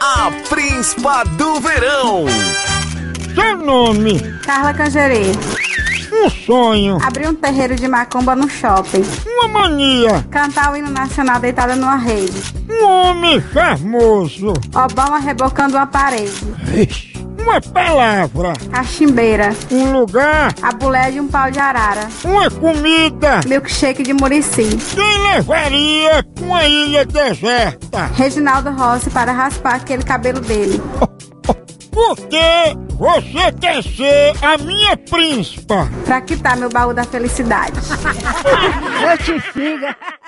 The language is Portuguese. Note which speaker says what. Speaker 1: A Príncipa do Verão.
Speaker 2: Seu nome,
Speaker 3: Carla Cangerê.
Speaker 2: um sonho,
Speaker 3: Abrir um terreiro de macumba no shopping.
Speaker 2: uma mania,
Speaker 3: Cantar o hino nacional deitada numa rede.
Speaker 2: um homem famoso,
Speaker 3: Obama rebocando uma parede.
Speaker 2: Vixe. uma palavra,
Speaker 3: Cachimbeira.
Speaker 2: um lugar,
Speaker 3: A bulé de um pau de arara.
Speaker 2: uma comida.
Speaker 3: Milkshake de Murici.
Speaker 2: Quem levaria pra uma ilha deserta?
Speaker 3: Reginaldo Rossi para raspar aquele cabelo dele.
Speaker 2: Porque você quer ser a minha príncipa.
Speaker 3: Pra quitar meu baú da felicidade.
Speaker 4: Eu te sigo.